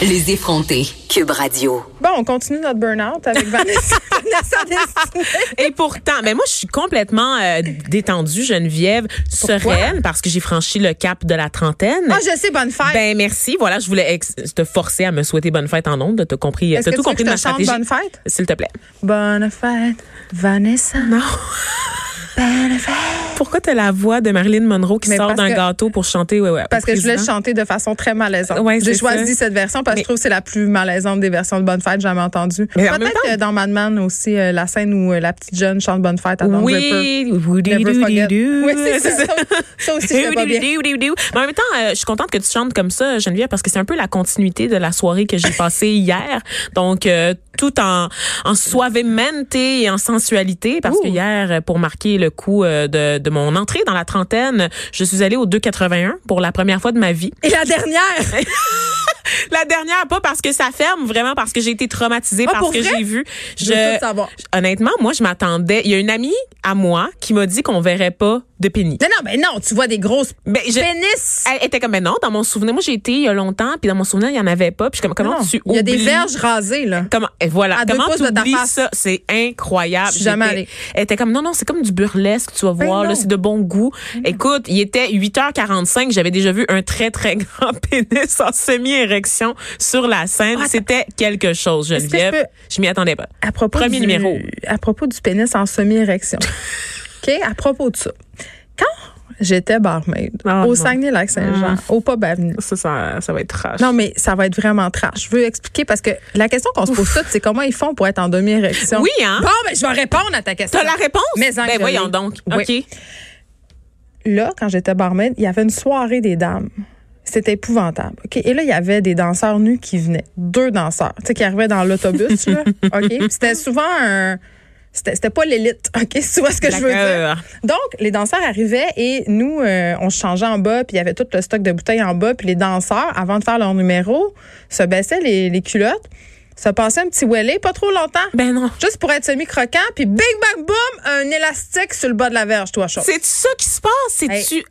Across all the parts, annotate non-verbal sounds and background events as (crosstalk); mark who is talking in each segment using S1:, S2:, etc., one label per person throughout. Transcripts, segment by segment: S1: Les effrontés. Cube Radio.
S2: Bon, on continue notre burn-out (laughs) avec Vanessa. Vanessa Destinée.
S3: Et pourtant, mais moi, je suis complètement euh, détendue, Geneviève, sereine, parce que j'ai franchi le cap de la trentaine.
S2: Ah, je sais, bonne fête.
S3: Ben merci. Voilà, je voulais ex- te forcer à me souhaiter bonne fête en ondes. T'as compris,
S2: Est-ce
S3: t'as
S2: que
S3: tout
S2: tu veux
S3: compris
S2: que
S3: de
S2: je
S3: ma
S2: te chante
S3: stratégie.
S2: bonne fête?
S3: S'il te plaît.
S2: bonne fête, Vanessa.
S3: Non.
S2: Bonne fête.
S3: Pourquoi t'as la voix de Marilyn Monroe qui
S2: Mais
S3: sort
S2: parce
S3: d'un
S2: que-
S3: gâteau pour chanter ouais, ouais,
S2: Parce que je voulais
S3: président?
S2: chanter de façon très malaisante.
S3: Ouais,
S2: J'ai
S3: c'est
S2: choisi
S3: ça.
S2: cette version parce que
S3: Mais-
S2: je trouve que c'est la plus malaisante des versions de Bonne Fête jamais entendues.
S3: Mais en
S2: Peut-être
S3: même temps-
S2: que dans Mad Men aussi, euh, la scène où euh, la petite jeune chante Bonne Fête à Don Draper.
S3: Oui, oui,
S2: Never forget. Oui, c'est ça. Ça,
S3: ça.
S2: (laughs) ça aussi, je fais pas bien.
S3: (laughs) Oudoudoudoudou. Mais en même temps, euh, je suis contente que tu chantes comme ça, Geneviève, parce que c'est un peu la continuité de la
S2: (laughs)
S3: soirée que j'ai passée hier. Donc, euh, tout en, en suavemente et en sensualité, parce que hier, euh, pour marquer le coup euh, de, de mon entrée dans la trentaine, je suis allée au 281 pour la première fois de ma vie.
S2: Et la dernière,
S3: La dernière, pas parce que ça ferme, vraiment parce que j'ai été traumatisée
S2: Ah,
S3: par
S2: pour
S3: ce que
S2: vrai?
S3: j'ai vu.
S2: Je veux tout savoir.
S3: Honnêtement, moi, je m'attendais. Il y a une amie à moi qui m'a dit qu'on verrait pas de pénis.
S2: non, non, mais non, tu vois des grosses
S3: Ben, je-
S2: pénis.
S3: elle était comme, mais non, dans mon souvenir, moi, j'ai été il y a longtemps, puis dans mon souvenir, il y en avait pas. Puis je suis comme, comment
S2: Non,
S3: tu
S2: Il y a des
S3: oublies-
S2: verges rasées, là.
S3: Comment, et voilà,
S2: À deux
S3: comment
S2: pouces
S3: tu
S2: de ta
S3: oublies
S2: face.
S3: ça? C'est incroyable.
S2: Je suis jamais
S3: J'étais-
S2: allée.
S3: Elle était comme, non, non, c'est comme du burlesque, tu vas
S2: Ben
S3: voir,
S2: non. Mm.
S3: là, c'est de bon goût. Écoute, il était 8h45, j'avais déjà vu un très, très (laughs) grand pénis en semi-érection sur la scène.
S2: Ah,
S3: C'était quelque chose,
S2: Est-ce que je
S3: Geneviève.
S2: peux-
S3: Je m'y attendais pas.
S2: À propos
S3: Premier
S2: du,
S3: numéro.
S2: À propos du pénis en
S3: (laughs)
S2: semi-érection. OK? À propos de ça. Quand j'étais barmaid
S3: Ah, non. Ah.
S2: au Saguenay-Lac-Saint-Jean, au Pub Avenue,
S3: Ça, ça, Ah, ça va être trash.
S2: non, mais ça va être vraiment trash. Je veux expliquer parce que la question qu'on se pose toute, c'est comment ils font pour être en demi-érection.
S3: Oui, hein?
S2: Bon, ben, je vais répondre à ta question.
S3: T'as la réponse?
S2: Mais
S3: ben,
S2: engueulée.
S3: voyons donc.
S2: Oui.
S3: OK.
S2: Là, quand j'étais barmaid, il y avait une soirée des dames. C'était épouvantable. OK? Et là, il y avait des danseurs nus qui venaient. Deux danseurs, tu sais, qui arrivaient dans l'autobus,
S3: (laughs)
S2: là. OK? Puis C'était souvent un. C'était c'était pas l'élite, OK? (laughs) C'est vois ce que je veux dire?
S3: D'accord.
S2: Donc, les danseurs arrivaient et nous, euh, on se changeait en bas, puis il y avait tout le stock de bouteilles en bas, puis les danseurs, avant de faire leur numéro, se baissaient les, les culottes, se passaient un petit welly, pas trop longtemps,
S3: Ben non.
S2: juste pour être semi-croquant, puis bing, bang, boum, un élastique sur le bas de la verge, toi, chose.
S3: C'est ça qui se passe? C'est-tu.
S2: Hey.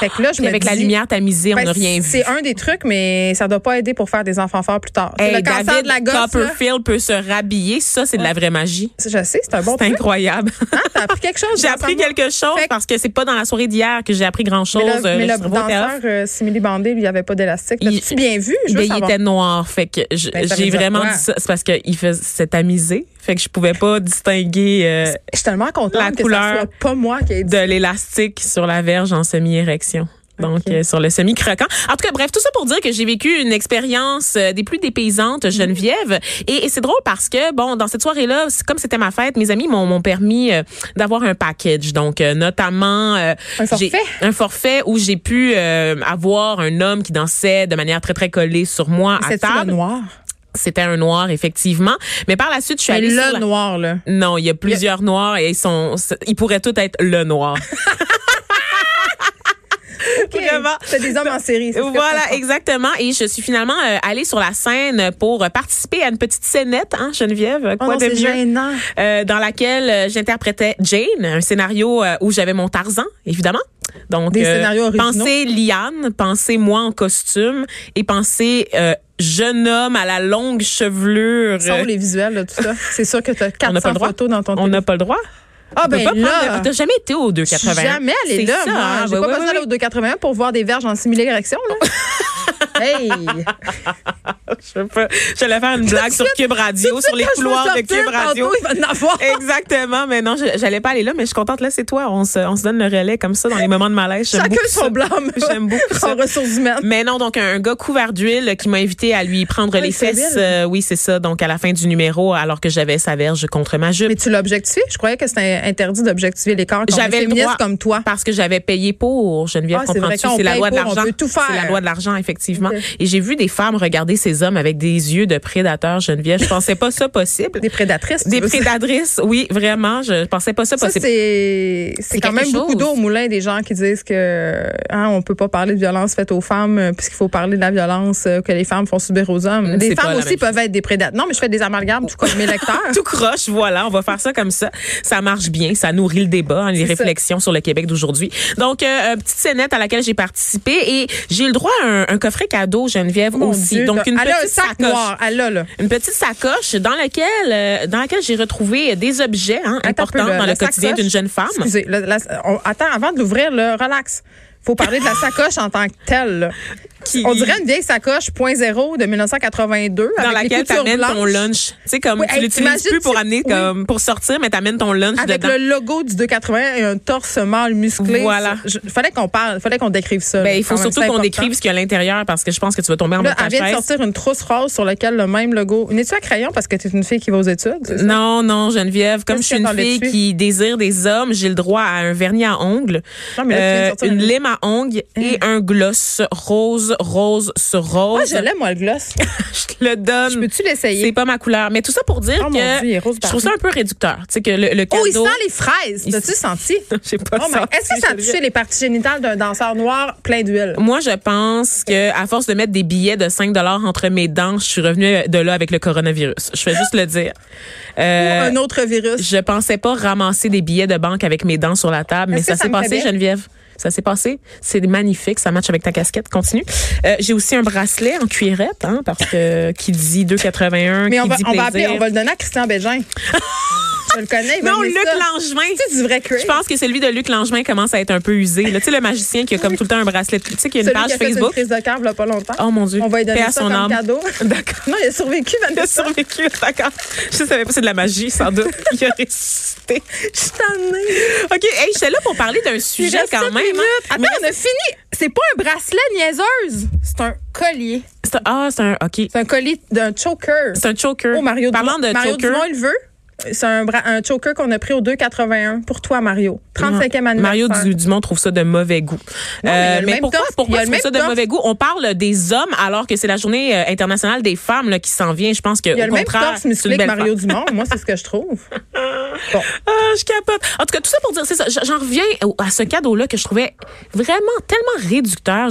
S2: Fait que là, je
S3: Puis
S2: me
S3: avec la
S2: dis-
S3: lumière tamisée, on
S2: ben,
S3: n'a rien vu.
S2: C'est un des trucs, mais ça doit pas aider pour faire des enfants forts plus tard. C'est
S3: Hey,
S2: le cancer
S3: David
S2: de la gosse, là.
S3: Copperfield peut se rhabiller, ça c'est de la vraie magie.
S2: Je sais, c'est un bon
S3: C'est
S2: truc. (laughs)
S3: incroyable.
S2: Hein, T'as appris quelque chose?
S3: j'ai appris
S2: Vincent?
S3: quelque chose
S2: Fait que-
S3: parce que c'est pas dans la soirée d'hier que j'ai appris euh, grand chose.
S2: Mais le, mais le danseur
S3: danseur,
S2: euh, Simili Bandé, lui, il avait pas d'élastique.
S3: Il-
S2: T'as-tu bien vu? Je veux
S3: ben, il
S2: savoir.
S3: était noir, fait que je-
S2: Ben, ça veut
S3: j'ai
S2: dire
S3: vraiment
S2: quoi?
S3: dit ça. C'est parce qu'il faisait s'est tamisé, fait que je pouvais pas distinguer euh,
S2: Je suis tellement contente
S3: La
S2: que ça
S3: couleur
S2: soit pas moi qui ai dit.
S3: de l'élastique sur la verge en semi-érection. Donc,
S2: Ok.
S3: euh, sur le semi-croquant. En tout cas, bref, tout ça pour dire que j'ai vécu une expérience euh, des plus dépaysantes,
S2: Mhm.
S3: Geneviève. Et, et c'est drôle parce que, bon, dans cette soirée-là, c'est- comme c'était ma fête, mes amis m'ont m'ont permis euh, d'avoir un package. Donc, euh, notamment... euh,
S2: Un forfait?
S3: j'ai- Un forfait où j'ai pu euh, avoir un homme qui dansait de manière très, très collée sur moi à
S2: C'est-tu le
S3: table.
S2: noir?
S3: C'était un noir, effectivement. Mais par la suite, je suis
S2: Mais
S3: allée sur
S2: le
S3: la-
S2: noir,
S3: (laughs)
S2: là.
S3: non, il y a plusieurs noirs et ils sont, ils pourraient tous être le noir.
S2: Ok.
S3: Vraiment.
S2: C'est des hommes en série. (laughs) c'est ce que
S3: voilà,
S2: je
S3: exactement. Et je suis finalement euh, allée sur la scène pour euh, participer à une petite scénette, hein, Geneviève.
S2: comprends.
S3: Quoi
S2: Oh non,
S3: de
S2: c'est
S3: mieux?
S2: gênant.
S3: Euh, dans laquelle euh, j'interprétais Jane, un scénario euh, où j'avais mon Tarzan, évidemment. Donc, euh,
S2: Des scénarios originaux.
S3: pensez Liane, pensez moi en costume et pensez euh, jeune homme à la longue chevelure.
S2: Sans les visuels, là,
S3: (laughs)
S2: tout ça. C'est sûr que t'as
S3: on n'a
S2: 400
S3: pas le droit.
S2: photos dans ton
S3: On n'a pas le droit.
S2: Ah,
S3: On peut
S2: ben
S3: pas prendre
S2: là.
S3: de- T'as jamais été au
S2: Je
S3: 280.
S2: suis jamais allée
S3: C'est
S2: là,
S3: ça,
S2: moi.
S3: hein?
S2: J'ai
S3: Ouais,
S2: pas
S3: ouais,
S2: besoin
S3: ouais.
S2: d'aller au 281 pour voir des verges en simili-érection, là. hey!
S3: (laughs) Je peux- J'allais faire une blague sur Cube Radio, sur les
S2: Quand je vais
S3: couloirs de
S2: sortir
S3: Cube Radio.
S2: tantôt, il va en avoir.
S3: Exactement, mais non, je- j'allais pas aller là, mais je suis contente. Là, c'est toi. On se, on se donne le relais comme ça dans les moments de malaise. J'aime
S2: Chacun
S3: beaucoup ça.
S2: son blâme.
S3: J'aime beaucoup
S2: (laughs)
S3: ça.
S2: En ressources humaines.
S3: Mais non, donc un gars couvert d'huile qui m'a invité à lui prendre
S2: Ah,
S3: les
S2: il fait
S3: fesses.
S2: bien.
S3: euh, oui, c'est ça. Donc à la fin du numéro, alors que j'avais sa verge contre ma
S2: Mais
S3: jupe.
S2: tu l'as objectifié? Je croyais que c'était interdit d'objectiver les corps quand on est
S3: J'avais le
S2: féministe
S3: droit.
S2: comme toi.
S3: Parce que j'avais payé pour Geneviève,
S2: Ah, c'est vrai,
S3: comprends-tu?
S2: quand on
S3: C'est la
S2: paye
S3: loi de
S2: pour, on
S3: l'argent.
S2: peut tout faire.
S3: C'est la loi de l'argent, effectivement.
S2: Ok.
S3: Et j'ai vu des femmes regarder ces hommes avec des yeux de prédateurs, Geneviève. Je pensais pas
S2: (laughs)
S3: ça possible.
S2: Des prédatrices. tu
S3: Des
S2: veux dire.
S3: prédatrices, oui, vraiment. Je pensais pas ça
S2: Ça,
S3: possible.
S2: c'est c'est
S3: C'est
S2: quand
S3: quelque
S2: même beaucoup
S3: chose.
S2: d'eau au moulin des gens qui disent que hein, on peut pas parler de violence faite aux femmes euh, puisqu'il faut parler de la violence euh, que les femmes font subir aux hommes.
S3: Mm, C'est
S2: Les
S3: pas
S2: femmes
S3: la
S2: aussi
S3: même
S2: peuvent être des prédatrices. Non, mais je fais des amalgames tout
S3: (laughs)
S2: comme mes lecteurs.
S3: tout croche, voilà, on va faire ça comme ça. Ça marche bien, ça nourrit le débat, hein, les
S2: C'est ça.
S3: réflexions sur le Québec d'aujourd'hui. Donc, euh, euh, petite scénette à laquelle j'ai participé et j'ai eu le droit à un, un coffret cadeau, Geneviève
S2: Mon
S3: aussi.
S2: Dieu,
S3: Donc
S2: là.
S3: une
S2: elle
S3: petite
S2: a un sac
S3: sacoche.
S2: noir. Elle a, là.
S3: Une petite sacoche dans laquelle euh, dans laquelle j'ai retrouvé des objets hein,
S2: Attends un peu,
S3: importants
S2: là,
S3: dans
S2: la
S3: le quotidien
S2: sacoche.
S3: d'une jeune femme.
S2: Excusez, la- la- on- attends, avant de l'ouvrir, là, relax. faut parler de la sacoche en tant que telle.
S3: (laughs)
S2: là.
S3: Qui-
S2: On dirait une vieille sacoche .0 de 1982
S3: dans
S2: avec
S3: laquelle
S2: couture
S3: t'amènes ton
S2: blanche,
S3: lunch. Tu sais, comme
S2: Oui,
S3: tu
S2: hey,
S3: l'utilises
S2: t'imagines,
S3: plus pour
S2: tu-
S3: amener,
S2: oui.
S3: comme, pour sortir, mais t'amènes ton lunch
S2: Avec
S3: dedans.
S2: le logo du 280 et un torse mâle musclé.
S3: Voilà.
S2: Je- fallait qu'on parle, fallait qu'on décrive ça.
S3: Ben,
S2: là,
S3: il
S2: quand
S3: faut
S2: même,
S3: surtout
S2: c'est
S3: qu'on
S2: important.
S3: décrive ce qu'il y a à l'intérieur parce que je pense que tu vas tomber en
S2: Là,
S3: mode
S2: elle vient de sortir une trousse rose sur laquelle le même logo. N'es-tu à crayon parce que tu es une fille qui va aux études?
S3: Euh,
S2: c'est ça?
S3: Non, non, Geneviève, comme
S2: Qu'est-ce
S3: je suis
S2: qu'il y a
S3: une
S2: dans le
S3: fille
S2: dessus?
S3: qui désire des hommes, j'ai le droit à un vernis à ongles, Euh,
S2: Non, mais là, tu viens de sortir
S3: une
S2: un- Hein?
S3: lime à ongles et un gloss rose, rose sur
S2: Moi,
S3: rose.
S2: Ah, je l'aime, moi, le
S3: (laughs)
S2: gloss.
S3: je te le donne.
S2: Je peux-tu l'essayer?
S3: C'est pas ma couleur. Mais tout ça pour dire
S2: Oh, mon
S3: que
S2: Dieu, il est rose
S3: je trouve ça un peu réducteur. Tu sais, que le, le
S2: Oh,
S3: cadeau...
S2: il sent les fraises.
S3: Il-
S2: T'as-tu senti?
S3: J'ai (laughs) pas
S2: Oh my-
S3: senti,
S2: Est-ce que ça a
S3: Geneviève.
S2: touché les parties génitales d'un danseur noir plein d'huile?
S3: Moi, je pense que à force de mettre des billets de 5 dollars entre mes dents, je suis revenue de là avec le coronavirus. Je vais juste le dire. Euh,
S2: Ou un autre virus?
S3: je pensais pas ramasser des billets de banque avec mes dents sur la table, mais
S2: Est-ce que
S3: ça
S2: ça
S3: s'est
S2: me fait
S3: passé,
S2: bien?
S3: Geneviève. Ça s'est passé. C'est magnifique. Ça matche avec ta casquette. Continue. Euh, J'ai aussi un bracelet en cuirette, hein, parce
S2: (laughs)
S3: que qui dit 2,81,
S2: Mais
S3: qui
S2: on va,
S3: dit
S2: on va appeler,
S3: plaisir.
S2: on va le donner à Christian
S3: (laughs)
S2: Bégin. je le connais, il va
S3: Non,
S2: aimer
S3: Luc
S2: ça.
S3: Langevin.
S2: C'est du vrai crack.
S3: Je pense que celui de Luc Langevin commence à être un peu usé. là. Tu sais, le magicien qui a comme tout le temps un bracelet. Tu sais, qu'il y a une
S2: Celui
S3: page
S2: qui a fait une
S3: Facebook.
S2: crise de cœur il y a pas longtemps.
S3: Oh mon Dieu.
S2: On va lui donner
S3: Paix
S2: ça
S3: à son
S2: comme
S3: âme.
S2: cadeau.
S3: (laughs) D'accord.
S2: Non, il a survécu,
S3: Il a
S2: Vanessa.
S3: survécu, d'accord. Je savais pas, c'est de la magie, sans doute. (laughs) Il a ressuscité.
S2: Je suis tannée.
S3: OK, hey, j'étais là pour parler d'un
S2: Il
S3: sujet
S2: reste
S3: quand
S2: sept
S3: même.
S2: minutes.
S3: hein.
S2: Attends, on a fini. C'est pas un bracelet niaiseuse. C'est un collier.
S3: C'est un- Ah, c'est un. OK.
S2: C'est un collier d'un choker.
S3: C'est un choker.
S2: Oh, Mario Dumont.
S3: Parlant de
S2: Mario
S3: choker.
S2: Dumont, il le veut. C'est un, bra- un choker qu'on a pris au 2,81 pour toi, Mario. 35e anniversaire.
S3: Mario Du- Dumont trouve ça de mauvais goût.
S2: Non, mais il y a
S3: Euh,
S2: le
S3: mais
S2: même
S3: pourquoi,
S2: torse, il y
S3: pourquoi
S2: a
S3: tu
S2: le
S3: trouves ça
S2: même
S3: de
S2: torse.
S3: mauvais goût? On parle des hommes alors que c'est la journée euh, internationale des femmes là, qui s'en vient. Je pense que,
S2: Il y a
S3: au
S2: le même
S3: contraire,
S2: torse musclé
S3: c'est
S2: que
S3: une belle
S2: Mario Dumont. Moi, c'est ce que je trouve. Bon.
S3: Ah, je capote. En tout cas, tout ça pour dire, c'est ça. j- J'en reviens au- à ce cadeau-là que je trouvais vraiment tellement réducteur,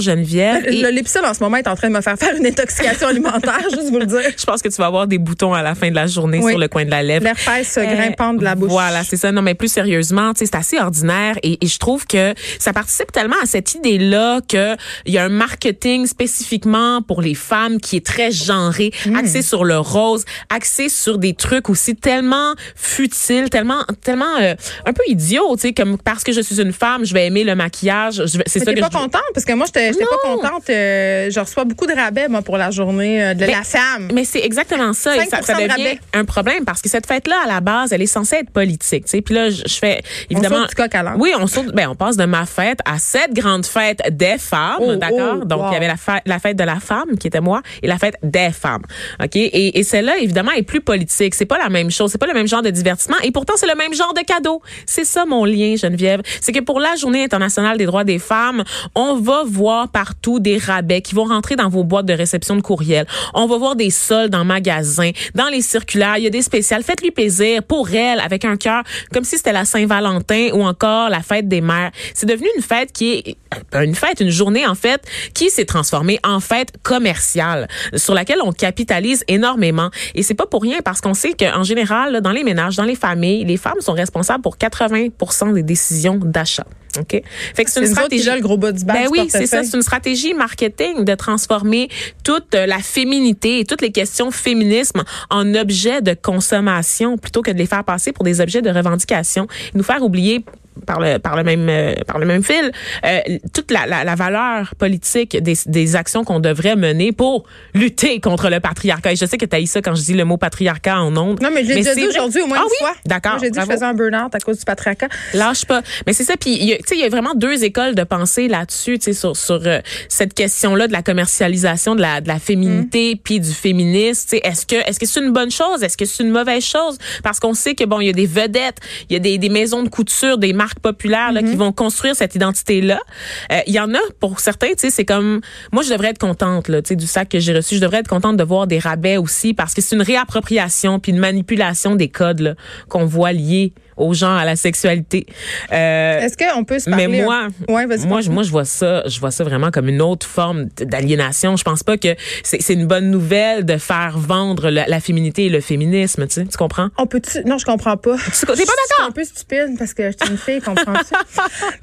S2: (laughs)
S3: Geneviève. (laughs) Et
S2: Le Lipsil, en ce moment, est en train de me faire faire une intoxication alimentaire, (laughs) juste vous le dire.
S3: (laughs) je pense que tu vas avoir des boutons à la fin de la journée
S2: Oui.
S3: sur le coin de la lèvre.
S2: L'herpès se
S3: Euh,
S2: grimpant de la bouche.
S3: Voilà, c'est ça. Non, mais plus sérieusement, tu sais, c'est assez ordinaire et, et je trouve que ça participe tellement à cette idée-là que il y a un marketing spécifiquement pour les femmes qui est très genré,
S2: Hmm.
S3: axé sur le rose, axé sur des trucs aussi tellement futiles, tellement, tellement euh, un peu idiot, tu sais, comme parce que je suis une femme, je vais aimer le maquillage. Je vais- C'est
S2: Mais
S3: ça
S2: t'es
S3: que
S2: pas
S3: je
S2: contente? Parce que moi, j'étais j'étais pas
S3: Non.
S2: contente. Euh, je reçois beaucoup de rabais, moi, pour la journée euh, de
S3: Ben,
S2: la femme.
S3: Mais c'est exactement ça. Et ça, ça
S2: 5% de
S3: devient
S2: rabais.
S3: un problème parce que cette fête-là, à la base, elle est censée être politique. tu sais. Puis là, je je fais évidemment.
S2: saute du coq à l'âne.
S3: Oui, on saute. Ben, on passe de ma fête à cette grande fête des femmes,
S2: Oh,
S3: d'accord.
S2: oh,
S3: Donc il y
S2: wow.
S3: avait la fête, la fête de la femme qui était moi et la fête des femmes, ok. Et, et celle-là, évidemment, est plus politique. C'est pas la même chose. C'est pas le même genre de divertissement. Et pourtant, c'est le même genre de cadeau. C'est ça mon lien, Geneviève. C'est que pour la Journée internationale des droits des femmes, on va voir partout des rabais qui vont rentrer dans vos boîtes de réception de courriel. On va voir des soldes en magasin, dans les circulaires, il y a des spéciales. Faites-lui plaisir pour elle avec un cœur comme si c'était la Saint-Valentin ou encore la fête des mères. C'est devenu une fête qui est euh, une fête, une journée en fait qui s'est transformée en fête commerciale sur laquelle on capitalise énormément et c'est pas pour rien parce qu'on sait qu'en général là, dans les ménages, dans les familles, les femmes sont responsables pour 80% des décisions d'achat. OK Fait que c'est
S2: C'est nous
S3: une
S2: autres qui
S3: stratégie
S2: là, le gros bas du bas
S3: ben
S2: du
S3: oui, c'est ça.
S2: portefeuille.
S3: C'est une stratégie marketing de transformer toute euh, la féminité et toutes les questions féminisme en objets de consommation plutôt que de les faire passer pour des objets de revendication. Nous faire oublier par le par le même euh, par le même fil euh, toute la, la, la valeur politique des, des actions qu'on devrait mener pour lutter contre le patriarcat et je sais que tu as ça quand je dis le mot patriarcat en ondes
S2: Non, mais je l'ai déjà
S3: c'est
S2: dit
S3: vrai.
S2: aujourd'hui au moins
S3: Ah
S2: une
S3: oui?
S2: fois.
S3: d'accord
S2: Moi, J'ai dit
S3: bravo.
S2: que je faisais un burn-out à cause du patriarcat.
S3: Lâche pas. Mais c'est ça. Puis, il y a- tu sais, il y a vraiment deux écoles de pensée là-dessus, tu sais, sur, sur euh, cette question-là de la commercialisation de la, de la féminité puis du féminisme. Tu sais, est-ce que est-ce que c'est une bonne chose? Est-ce que c'est une mauvaise chose? Parce qu'on sait que, bon, il y a des vedettes, il y a des, des maisons de couture, des marques populaires là, qui vont construire cette identité-là. Euh, Il y en a, pour certains, tu sais, c'est comme... Moi, je devrais être contente, là, tu sais, du sac que j'ai reçu. Je devrais être contente de voir des rabais aussi parce que c'est une réappropriation puis une manipulation des codes là, qu'on voit liés au genre, à la sexualité. Euh,
S2: Est-ce qu'on peut se parler?
S3: mais
S2: un-
S3: moi,
S2: euh, Ouais, vas-y,
S3: moi, je,
S2: continue.
S3: moi, je vois ça, je vois ça vraiment comme une autre forme d- d'aliénation. Je pense pas que c'est c'est une bonne nouvelle de faire vendre la, la féminité et le féminisme, tu sais, tu comprends?
S2: On peut-tu. Non, je comprends pas.
S3: Tu- T'es pas
S2: C'est un
S3: d'accord?
S2: peu stupide parce que je suis une fille, comprends-tu?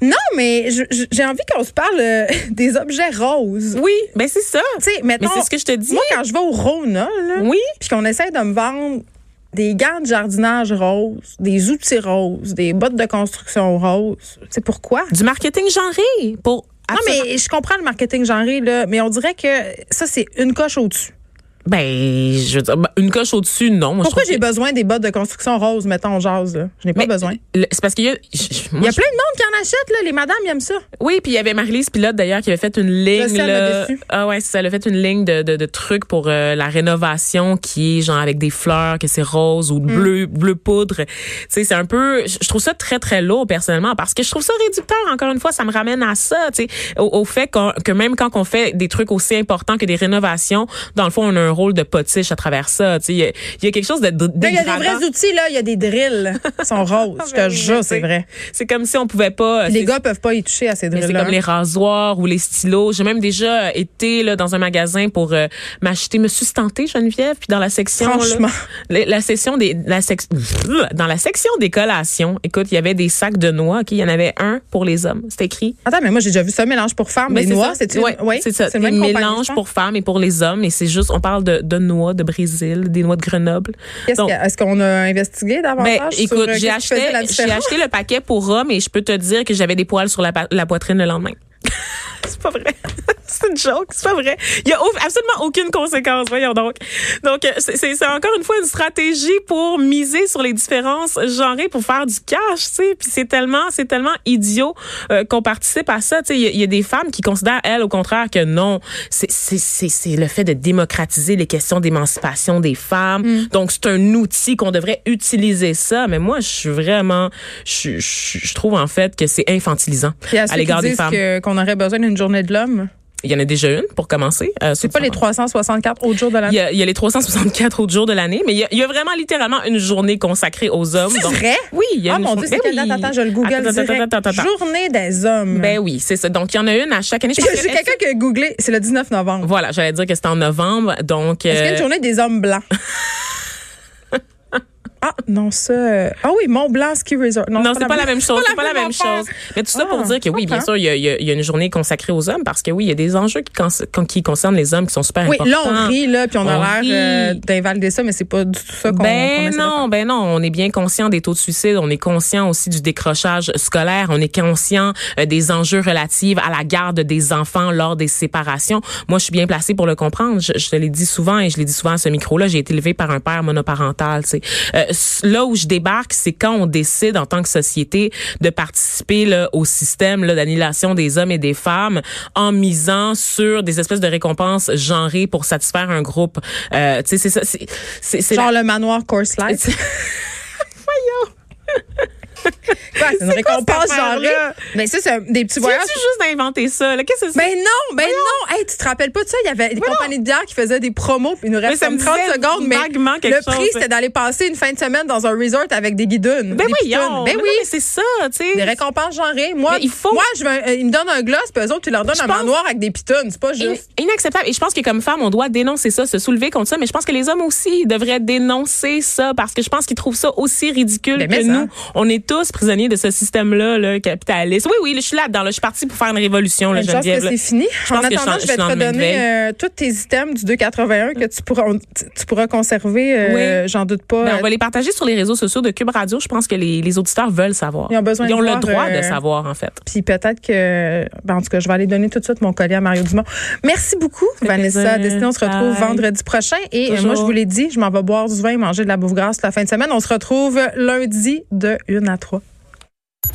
S2: (laughs) non, mais je- je- j'ai envie qu'on se parle euh, des objets roses.
S3: Oui, ben c'est ça.
S2: Tu sais, mettons-
S3: Mais c'est ce que je te dis.
S2: Moi, quand je vais au Rona, là,
S3: Oui.
S2: puis qu'on essaie de me vendre des gants de jardinage roses, des outils roses, des bottes de construction roses, tu sais pourquoi?
S3: Du marketing genré pour.
S2: Non, mais je comprends le marketing genré, là, mais on dirait que ça, c'est une coche au-dessus.
S3: Ben, je veux dire, ben, une coche au-dessus, non. Moi, je
S2: Pourquoi
S3: trouve
S2: j'ai
S3: que-
S2: besoin des bottes de construction roses, mettons, on jase, là? Je n'ai pas
S3: Mais
S2: besoin.
S3: le- C'est parce qu'il y a. je- je- moi,
S2: Il y a
S3: je-
S2: plein de monde qui en achète, là. Les madames, ils aiment ça.
S3: Oui, puis il y avait Marie-Lise Pilote d'ailleurs qui avait fait une ligne
S2: Je sais, elle m'a
S3: là.
S2: déçue.
S3: Ah ouais, c'est ça, elle a fait une ligne de, de, de trucs pour euh, la rénovation qui est genre avec des fleurs que c'est rose ou
S2: Mm.
S3: bleu bleu poudre. Tu sais, c'est un peu je je trouve ça très très lourd personnellement parce que je trouve ça réducteur encore une fois, ça me ramène à ça, tu sais, au, au fait qu'on- que même quand on fait des trucs aussi importants que des rénovations, dans le fond on a un rôle de potiche à travers ça, tu sais, il y a- il y, a quelque chose de, de
S2: Là, il y a des
S3: dégradant.
S2: vrais outils, là. Il y a des drills. Ils sont
S3: (laughs)
S2: roses. Je te
S3: Ben oui,
S2: jure, c'est
S3: tu sais.
S2: vrai.
S3: C'est comme si on pouvait pas
S2: Les gars peuvent pas y toucher à ces
S3: Mais c'est
S2: drills-là.
S3: comme les rasoirs ou les stylos. J'ai même déjà euh, été là, dans un magasin pour euh, m'acheter, me sustenter, Geneviève, puis dans la section... là,
S2: Franchement.
S3: la, la section des... La sec- (laughs) dans la section des collations, écoute, il y avait des sacs de noix. OK? Il y en avait un pour les hommes. C'était écrit.
S2: Attends, mais moi, j'ai déjà vu ça, mélange pour femmes.
S3: Mais
S2: les
S3: c'est
S2: Ah, noix,
S3: ça.
S2: c'est
S3: Ouais, c'est ça.
S2: le
S3: Des
S2: même compagnie, je
S3: mélanges
S2: pense.
S3: pour femmes et pour les hommes. Et c'est juste, on parle de, de noix de Brésil, des noix de Grenoble.
S2: Qu'est-ce
S3: Donc,
S2: qu'il y a? Est-ce qu'on a investigué davantage?
S3: ben,
S2: sur, euh,
S3: écoute,
S2: qu'est-ce qui
S3: j'ai acheté,
S2: faisait la
S3: j'ai
S2: différence?
S3: acheté le paquet pour hommes et je peux te dire que j'avais des poils sur la, pa- la poitrine le lendemain. c'est pas vrai. (laughs) c'est une joke, c'est pas vrai. Il y a au- absolument aucune conséquence, voyons donc. Donc, euh, c'est- c'est c'est encore une fois une stratégie pour miser sur les différences genrées pour faire du cash, tu sais. Puis c'est tellement, c'est tellement idiot euh, qu'on participe à ça, tu sais. Il y a- Il y, a des femmes qui considèrent, elles, au contraire, que non, c'est- c'est c'est- c'est le fait de démocratiser les questions d'émancipation des femmes. Donc, c'est un outil qu'on devrait utiliser ça. Mais moi, je suis vraiment, je, je, je trouve en fait que c'est infantilisant
S2: Puis à,
S3: à l'égard des femmes.
S2: que qu'on aurait besoin d'une journée de l'homme.
S3: Il y en a déjà une pour commencer. euh,
S2: C'est pas les 364 autres jours de
S3: il y,
S2: l'année.
S3: a, il y a les 364 autres jours de l'année, mais il y, a, il y a vraiment littéralement une journée consacrée aux hommes.
S2: C'est vrai?
S3: Oui, il y a
S2: Ah
S3: une
S2: mon
S3: jour-
S2: Dieu, c'est
S3: Ben
S2: quelle date?
S3: oui.
S2: Attends, je le google
S3: Attends, attends,
S2: direct.
S3: attends, attends, attends.
S2: Journée des hommes.
S3: Ben oui, c'est ça. Donc, il y en a une à
S2: (laughs)
S3: chaque année. Je pense
S2: J'ai
S3: que-
S2: quelqu'un qui a googlé, c'est le 19 novembre.
S3: Voilà, j'allais dire que c'était en novembre. Donc,
S2: Est-ce qu'il y a
S3: euh,
S2: une journée des hommes
S3: (laughs)
S2: blancs? ah, non, ça. euh, Ah oui, Mont Blanc Ski Resort. Non,
S3: Non, c'est pas la même chose.
S2: c'est
S3: C'est pas la même
S2: affaire.
S3: chose. Mais tout ça
S2: Ah,
S3: pour dire que oui, bien
S2: ok.
S3: sûr, il y, a- il y a- il y a une journée consacrée aux hommes parce que oui, il y a des enjeux qui, cons- qui concernent les hommes qui sont super
S2: Oui,
S3: importants.
S2: là, on rit, là, puis on
S3: On
S2: a l'air euh,
S3: rit.
S2: d'invalider ça, mais c'est pas du tout ça qu'on qu'on essaie
S3: Ben
S2: de
S3: non, ben non, on est bien conscient des taux de suicide, on est conscient aussi du décrochage scolaire, on est conscient euh, des enjeux relatifs à la garde des enfants lors des séparations. Moi, je suis bien placée pour le comprendre. Je, je te l'ai dit souvent et je l'ai dit souvent à ce micro-là. J'ai été élevée par un père monoparental. tu sais. Euh, s- là où je débarque, c'est quand on décide en tant que société de participer là, au système là, d'annihilation des hommes et des femmes en misant sur des espèces de récompenses genrées pour satisfaire un groupe. Euh, tu sais, c'est ça. c'est- c'est- c'est
S2: faire.
S3: la-
S2: Genre le manoir Course Light. (laughs) Quoi, c'est une
S3: C'est quoi
S2: récompense
S3: cette affaire-là?
S2: genrée. Mais ça, c'est un- des petits
S3: Tu
S2: voyages.
S3: viens-tu juste d'inventer ça? là? Qu'est-ce que c'est?
S2: Ben non, ben non. Hey, tu te rappelles pas de ça? Il y avait des compagnies de bière qui faisaient des promos, puis il nous reste
S3: ça
S2: comme
S3: me
S2: 30
S3: disait
S2: secondes, mais
S3: vaguement
S2: le
S3: quelque
S2: prix,
S3: chose.
S2: c'était d'aller passer une fin de semaine dans un resort avec des guidounes.
S3: ben
S2: des pitounes. Ben
S3: voyons! Mais non, mais
S2: oui.
S3: c'est ça, tu sais.
S2: Des récompenses genrées. Moi,
S3: Mais il faut-
S2: moi je veux un- euh, ils me donnent un gloss, puis eux autres, tu leur donnes
S3: Je
S2: un
S3: pense-
S2: manoir avec des pitounes. C'est pas
S3: In-
S2: juste.
S3: Inacceptable. Et je pense que comme femme, on doit dénoncer ça, se soulever contre ça. Mais je pense que les hommes aussi devraient dénoncer ça parce que je pense qu'ils trouvent ça aussi ridicule
S2: Ben, mais
S3: que
S2: ça.
S3: nous. On est tous prisonniers de ce système-là, là, capitaliste. Oui, oui, là, je suis là-dedans. là. Je suis partie pour faire une révolution, là,
S2: Je pense que
S3: Oh, Geneviève. là.
S2: c'est fini. en
S3: pense que je
S2: attendant,
S3: suis
S2: je vais te
S3: en- je suis
S2: redonner
S3: en lendemain de Euh.
S2: euh, tous tes items du 281 que tu pourras, on- tu tu pourras conserver. euh, J'en doute pas.
S3: Ben, on va les partager sur les réseaux sociaux de Cube Radio. Je pense que les, les auditeurs veulent savoir.
S2: Ils ont besoin de
S3: le
S2: voir,
S3: droit
S2: euh,
S3: de savoir, en fait.
S2: Puis peut-être que, ben, en tout cas, je vais aller donner tout de suite mon collier à Mario Dumont. Merci beaucoup, Vanessa
S3: plaisir.
S2: Destiné. On se retrouve
S3: Bye.
S2: vendredi prochain. Et euh,
S3: Toujours.
S2: moi, je vous l'ai dit, je m'en vais boire du vin et manger de la bouffe grasse la fin de semaine. On se retrouve lundi de 1 à 3.